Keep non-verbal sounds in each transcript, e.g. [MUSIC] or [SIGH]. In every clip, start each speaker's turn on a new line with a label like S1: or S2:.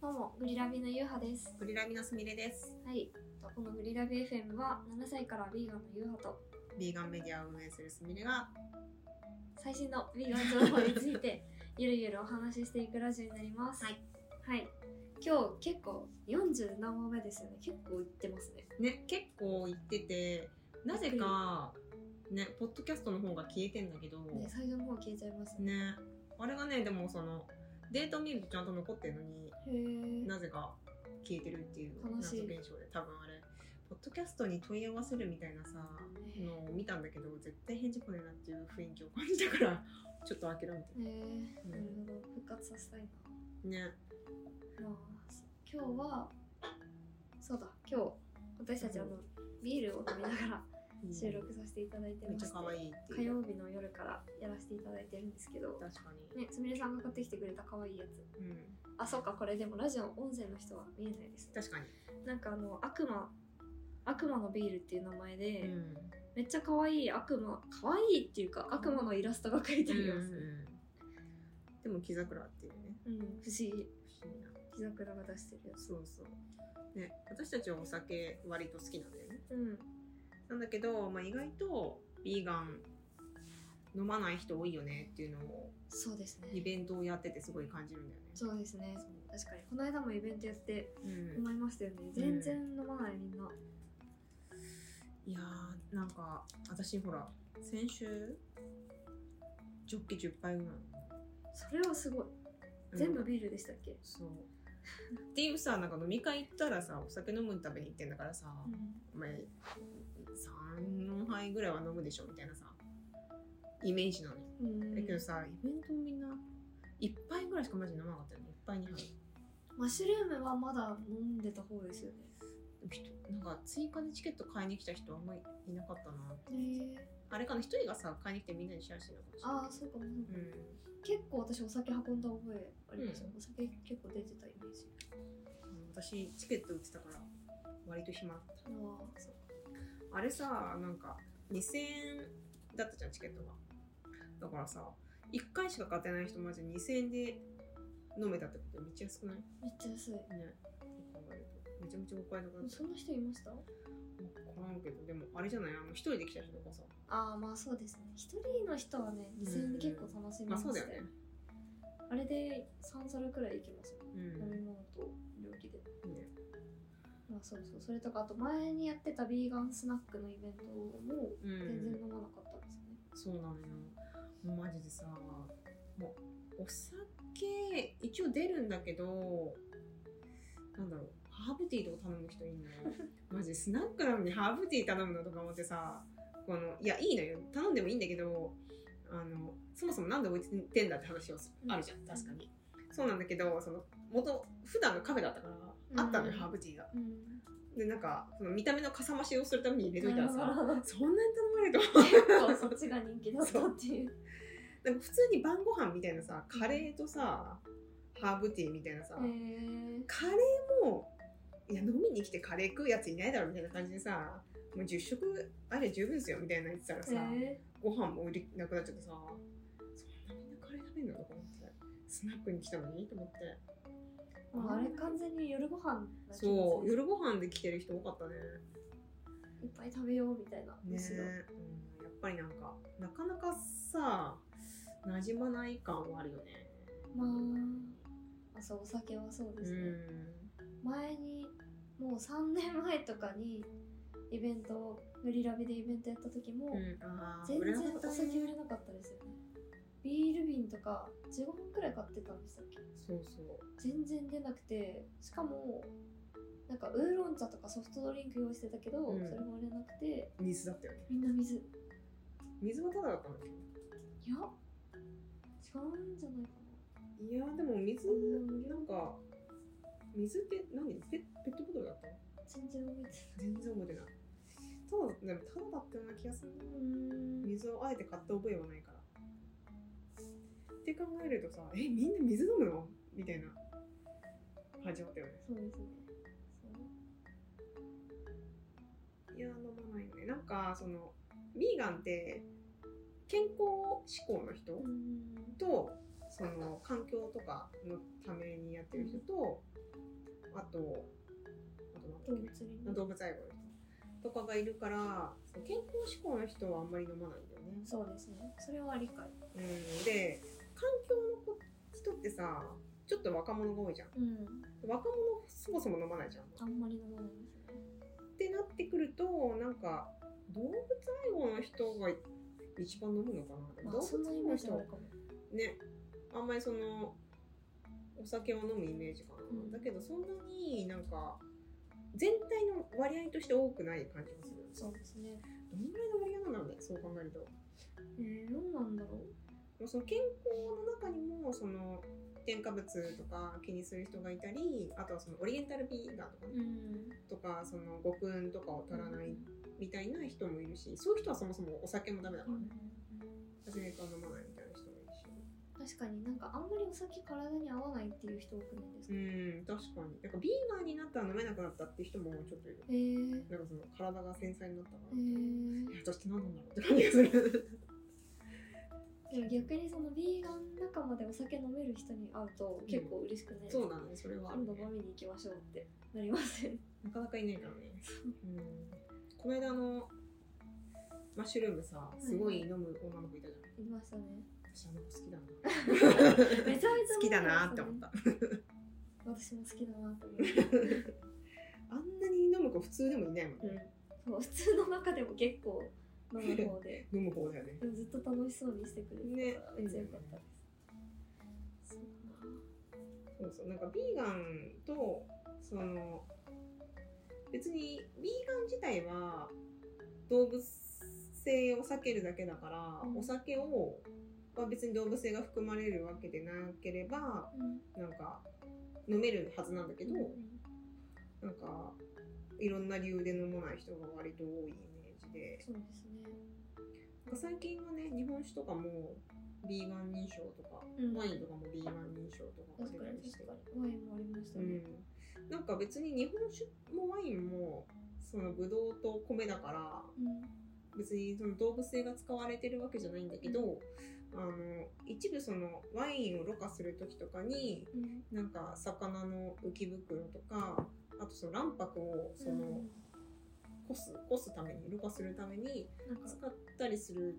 S1: どうも、グリラビのゆうはです。
S2: グリラミのすみれです。
S1: はい。とこのグリラビ FM は、7歳からビーガンのゆうはと、
S2: ビーガンメディアを運営するすみれが、
S1: 最新のビーガン情報について、 [LAUGHS] ゆるゆるお話ししていくラジオになります。
S2: はい。
S1: はい。今日結構40何話目ですよね。結構いってますね。
S2: ね、結構言ってて、なぜか、ね、ポッドキャストの方が消えてんだけど、
S1: ね、最初の方消えちゃいますね。
S2: ね、あれがね、でもその、データ見るとちゃんと残ってるのに、
S1: へー。
S2: なぜか消えてるっていう
S1: 悲
S2: 謎
S1: しい
S2: 現象で、多分あれ、ポッドキャストに問い合わせるみたいなさ、のを見たんだけど、絶対返事来ねえなっていう雰囲気を感じたから、 [LAUGHS] ちょっと諦めて
S1: えー、
S2: うん
S1: なるほど。復活させたいな。
S2: る。ね、
S1: まあ、今日はそうだ今日私たちあのビールを飲みながら収録させていただいて
S2: めっ
S1: ま
S2: ちゃ
S1: して
S2: 可愛いって
S1: 火
S2: いう。
S1: 曜日の夜からやらせていただいてるんですけど
S2: 確かに。
S1: ねすみれさんが買ってきてくれた可愛いやつ
S2: うん、
S1: あそっかこれでもラジオ音声の人は見えないですね
S2: 確かに。
S1: なんかあの悪魔悪魔のビールっていう名前で、
S2: うん
S1: めっちゃ可愛い悪魔可愛いっていうか悪魔のイラストが描いてあります、うん
S2: でも木桜っていうね
S1: 不思議
S2: 不思議な
S1: 木桜が出してるやつ
S2: そうそうね私たちはお酒割と好きなんだよね
S1: うん
S2: なんだけど、まあ、意外とビーガン飲まない人多いよねっていうのを
S1: そうですね
S2: イベントをやっててすごい感じるんだよね
S1: そうですね確かにこの間もイベントやって
S2: う、ん、
S1: 思いましたよね、全然飲まないみんな、
S2: いやーなんか私ほら先週ジョッキ10杯ぐらい
S1: それはすごい
S2: うん
S1: 全部ビールでしたっけ、
S2: そうっていうさなんか飲み会行ったらさお酒飲むために行ってんだからさ、お前34杯ぐらいは飲むでしょみたいなさイメージなのよ
S1: うん
S2: だけどさ、イベントもみんな1杯ぐらいしかマジ飲まなかったよね1杯2杯
S1: マッシュルームはまだ飲んでた方ですよね
S2: でも人なんか追加でチケット買いに来た人あんまりいなかったな
S1: へえ
S2: あれかな1人がさ買いに来てみんなにシェアしてるのかもしれ
S1: ああそう
S2: ない
S1: かも、
S2: うん
S1: 結構私お酒運んだ覚えありますよ、お酒結構出てたイメージ
S2: あの私チケット売ってたから割と暇だっ
S1: ああそう
S2: たあれさなんか2000円だったじゃんチケットがだからさ1回しか買ってない人マジ2000円で飲めたってことめっちゃ安くない
S1: めっちゃ安い
S2: ね、考えるとめちゃめちゃお買い得なんです
S1: そんな人いました
S2: からんけどでもあれじゃないあの一人で来た人とかさ
S1: ああまあそうですね一人の人はね2000円で結構楽しみま
S2: まあ
S1: し
S2: そう
S1: た
S2: だ
S1: よ
S2: よね
S1: あれで3皿くらいいきますよ、
S2: うん
S1: 飲み物と料理で
S2: ね
S1: まあそうそうそれとかあと前にやってたビーガンスナックのイベントも
S2: う
S1: 全然
S2: ん
S1: 飲まなかったんですよね、
S2: そうなのよもうマジでさもうお酒一応出るんだけどなんだろうハーブティーとか頼む人い
S1: [LAUGHS]
S2: んのマジスナックなのにハーブティー頼むのとか思ってさこのいやいいのよ頼んでもいいんだけどあのそもそもなんで置いてんだって話をす
S1: うん
S2: あるじゃん確かにそうなんだけどその元普段のカフェだったから、
S1: うん
S2: あったのよハーブティーが
S1: うん、
S2: でなんかその見た目のかさ増しをするために入れといたら
S1: なる
S2: さ
S1: ほど
S2: そんなに頼まれると
S1: 結構そっちが人気だったっていう
S2: なんか普通に晩ご飯みたいなさカレーとさハーブティーみたいなさ、
S1: へえ
S2: カレーもいや飲みに来てカレー食うやついないだろみたいな感じでさもう10食あれ十分ですよみたいな言ってたらさ、
S1: へ
S2: ご飯も売りなくなっちゃってさそんなみんなカレー食べるのとか思ってスナックに来たのにと思って
S1: ーもうあれ完全に夜ご飯な気がする
S2: そう夜ご飯で来てる人多かったね
S1: いっぱい食べようみたいな
S2: ね
S1: むしろ
S2: うん、やっぱりなんかなかなかさ馴染まない感はあるよね
S1: まあまあそうお酒はそう
S2: う
S1: ですね、
S2: ん
S1: 前にもう3年前とかにイベントをグリラビでイベントやった時も、
S2: うんあー
S1: 全
S2: 売れな
S1: 然
S2: か
S1: お
S2: ったね
S1: 酒売れなかったですよねビール瓶とか15分くらい買ってたんでしたっけ
S2: そうそ
S1: 全然出なくてしかもなんかウーロン茶とかソフトドリンク用意してたけど、
S2: うん
S1: それも売れなくて
S2: う水だったよね
S1: みんな水い
S2: 水はただだったんだけど
S1: や違うんじゃないか
S2: いやーでも水
S1: うん
S2: なんか水って何ペペットボトルだったの
S1: な全然覚えて
S2: 全然覚えてないただでもただだったような気がするな
S1: ないうーん
S2: 水をあえて買った覚えはないからって考えるとさえみんな水飲むのみたいな始まったよね
S1: そうですね
S2: いや飲まないよねなんかそのヴィーガンって健康志向の
S1: そう
S2: 人
S1: うーん
S2: とその環境とかのためにやってる人と、あとあとなんだっけ
S1: 動物に
S2: 動物愛護の人とかがいるからそう健康志向の人はあんまり飲まないんだよね。
S1: そうですねそれは理解
S2: うん、で環境の子人ってさちょっと若者が多いじゃん
S1: うん
S2: 若者そもそも飲まないじゃん。
S1: あんまり飲まないですね
S2: ってなってくるとなんか動物愛護の人が一番飲むのかな、
S1: まあ
S2: 動
S1: そん
S2: 物
S1: なイメ
S2: 愛護の
S1: ージ
S2: 人
S1: あ
S2: は
S1: るかも
S2: ねあんまりそのお酒を飲むイメージかな、
S1: うん
S2: だけどそんなになんか全体の割合として多くない感じがする
S1: そうですね
S2: どのぐらいの割合なんだろうねそう考えると、
S1: えー、どうなんだろ
S2: まあ、その健康の中にもその添加物とか気にする人がいたりあとはそのオリエンタルビーガンと
S1: ううん
S2: かね、とかその極運とかを取らないみたいな人もいるしそういう人はそもそもお酒もダメだ
S1: う
S2: から
S1: ん、
S2: ね初めから飲まないみたいな人もいるし
S1: 確かになんかあんまりお酒体に合わないっていう人多くないです
S2: う
S1: か、
S2: ん確かにだからビーガンになったら飲めなくなったっていう人もちょっといる
S1: えー、
S2: なんかその体が繊細になったか
S1: えー
S2: ら、いや私って何なんだろうって感じがする
S1: でも逆にそのビーガン仲間でお酒飲める人に会うと結構嬉しくない、
S2: そうだねそれはある
S1: 今度
S2: ね
S1: 飲みに行きましょうってなりません
S2: なかなかいないからね、うん、この間あのマッシュルームさすごい飲む女の子いたじゃん、
S1: いましたね
S2: 私あの子好きだな
S1: めちゃめちゃ
S2: [LAUGHS] 好きだなって思 [LAUGHS] った
S1: 私も好きだなって思いました
S2: あんなに飲む子普通でもいないもんね、
S1: そう普通の中でも結構飲む方
S2: [LAUGHS]
S1: で
S2: 飲む方だよね
S1: でもずっと楽しそうにしてくれるから
S2: ね
S1: めっちゃ良かったです、
S2: そうそうなんかビーガンとその別にビーガン自体は動物性を避けるだけだから、
S1: うん
S2: お酒を、まあ、別に動物性が含まれるわけでなければ
S1: うん
S2: なんか飲めるはずなんだけど、
S1: うん
S2: なんかいろんな理由で飲まない人が割と多いイメージで
S1: そうですね
S2: なんか最近はね日本酒とかもビーガン認証とか、
S1: うん
S2: ワインとかもビーガン認証とかが
S1: 確か
S2: 出たり
S1: に
S2: して
S1: 確かにワインもありました
S2: う
S1: ね、
S2: ん、なんか別に日本酒もワインもそのブドウと米だから
S1: うん
S2: 別にその動物性が使われてるわけじゃないんだけど、あの一部そのワインをろ過する時とかに
S1: うん
S2: なんか魚の浮き袋とかあとその卵白をそのこすこすためにろ過するために
S1: なんか
S2: 使ったりする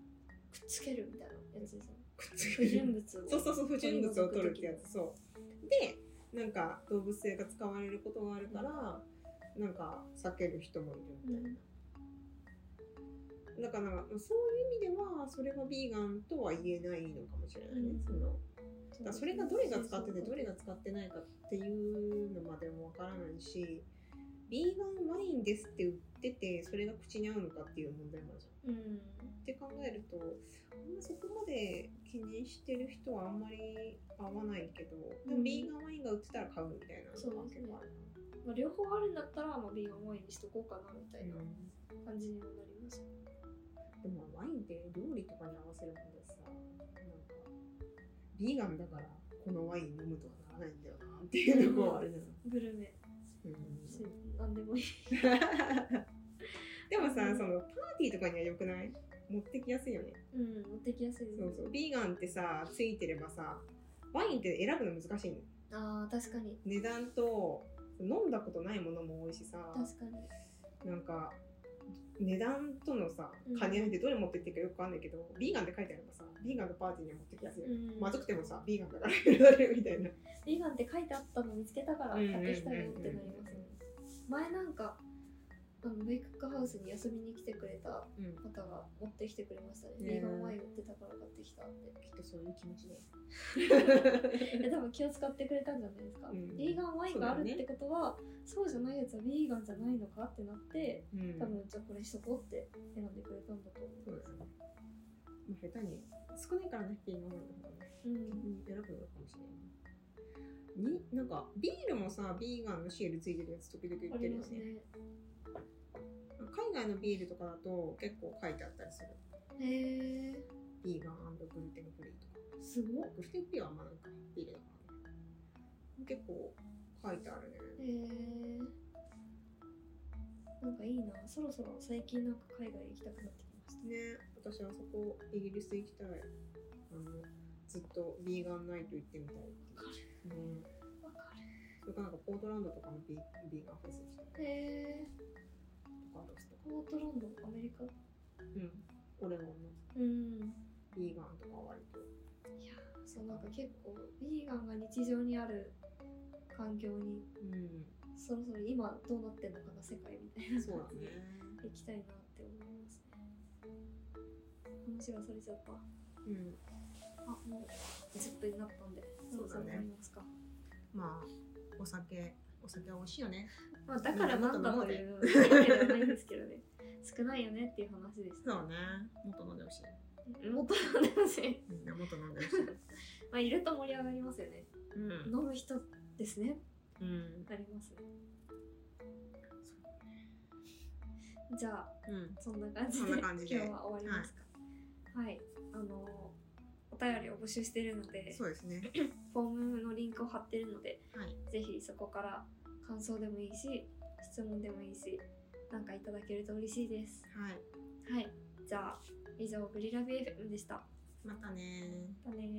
S1: くっつけるみたいなやつですね
S2: くっつ
S1: 不
S2: ける
S1: 純物を [LAUGHS]
S2: [LAUGHS] そうそうそう不純物を取るってやつそうでなんか動物性が使われることがあるからなんか避ける人もいるみたいな、だからなんかそういう意味ではそれはビーガンとは言えないのかもしれないね、
S1: うん
S2: そのだからそれがどれが使っててどれが使ってないかっていうのまでもわからないしビーガンワインですって売っててそれが口に合うのかっていう問題もあるじゃ
S1: う
S2: ん
S1: ん
S2: って考えるとあんまそこまで気にしてる人はあんまり合わないけど、で
S1: う
S2: も
S1: ん
S2: ビーガンワインが売ってたら買うみたいなのが結構ある
S1: まあ、両方あるんだったら、まあ、ビーガンワインにしとこうかなみたいな
S2: な、
S1: 感じにもなりますね
S2: でもワインって料理とかに合わせるもんでさなんかビーガンだからこのワイン飲むとはならないんだよなっていうところはあるじゃない、
S1: グルメしなんでもいい
S2: でもさそのパーティーとかには良くない持ってきやすいよね
S1: うん持ってきやすいですね
S2: そうそうビーガンってさついてればさワインって選ぶの難しいの
S1: あー確かに
S2: 値段と飲んだことないものも多いしさ
S1: 確かに
S2: なんか値段とのさ
S1: うん
S2: 兼ね合いでどれ持ってっていいかよくわかんないけど、ビーガンって書いてあればさビーガンのパーティーには持ってきやすいよ、
S1: うん
S2: まずくてもさビーガンだから選ばれるみたいな
S1: ビーガンって書いてあったの見つけたから買ってきたよってなりますね前なんかあのウェイクアップハウスに遊びに来てくれた
S2: うん
S1: 方が持ってきてくれましたねビ
S2: ね
S1: ーガンワイン売ってたから買ってきたって
S2: きっとそういう気持ちで
S1: え多分気を使ってくれたんじゃないですか、
S2: うん
S1: ビーガンワインがあるってことはそう,、じゃないやつはビーガンじゃないのかってなって
S2: [LAUGHS] うん
S1: 多分じゃあこれしとこうって選んでくれたんだと思
S2: そうですねまあ下手に少ないからねビーガンワインの方がね
S1: う、うん、
S2: 選ぶのかもしれないになんかビールもさビーガンのシールついてるやつ時々売
S1: あ
S2: って
S1: り
S2: るよ
S1: ます
S2: ね
S1: ね
S2: 海外のビールとかだと結構書いてあったりする
S1: へえ
S2: ビーガングルテンフリーとか
S1: すごっ
S2: グルテンフリーはあんまなんかビールだからね結構書いてある
S1: へ
S2: ね
S1: えなんかいいなそろそろ最近なんか海外行きたくなってきました
S2: ね私はそこイギリス行きたいあのずずっとビーガンナイト行ってみた
S1: わ
S2: い。
S1: か
S2: うん。
S1: るわか
S2: それかなんかポートランドとかのビービーガンフェスとか
S1: るへえ
S2: あるんですとか。
S1: ポートランドアメリカ
S2: うん。オレゴンの
S1: うん
S2: ビーガンとかは割と。
S1: いやそうなんか結構ビーガンが日常にある環境に
S2: うん。
S1: そろそろ今どうなってんのかな世界みたいな
S2: そうだ
S1: 感じ
S2: ね
S1: で。行きたいなって思いますね話がそれちゃった
S2: うん。
S1: あもう10分になったんで
S2: そうだね
S1: ろろ飲みますか
S2: まあ、お酒、お酒は美味しいよね。
S1: まあだからなんだというわけではないんですけどね [LAUGHS] 少ないよねっていう話でし
S2: そ
S1: た
S2: うね。もっと飲んでほしい。
S1: もっと飲んでほしい
S2: みんなもっと飲んでほしい。
S1: まあいると盛り上がりますよね
S2: [LAUGHS] うん。
S1: 飲む人ですね
S2: うん。
S1: なりますねじゃあ
S2: うん。
S1: そんな感じで
S2: そんな感じで
S1: 今日は終わりますかはい、あのお便りを募集してるので
S2: そうですね。
S1: フォームのリンクを貼ってるので
S2: はい。
S1: ぜひそこから感想でもいいし質問でもいいしなんかいただけると嬉しいです
S2: はい。
S1: はいじゃあ以上グリラビ FM でした
S2: またね
S1: またねー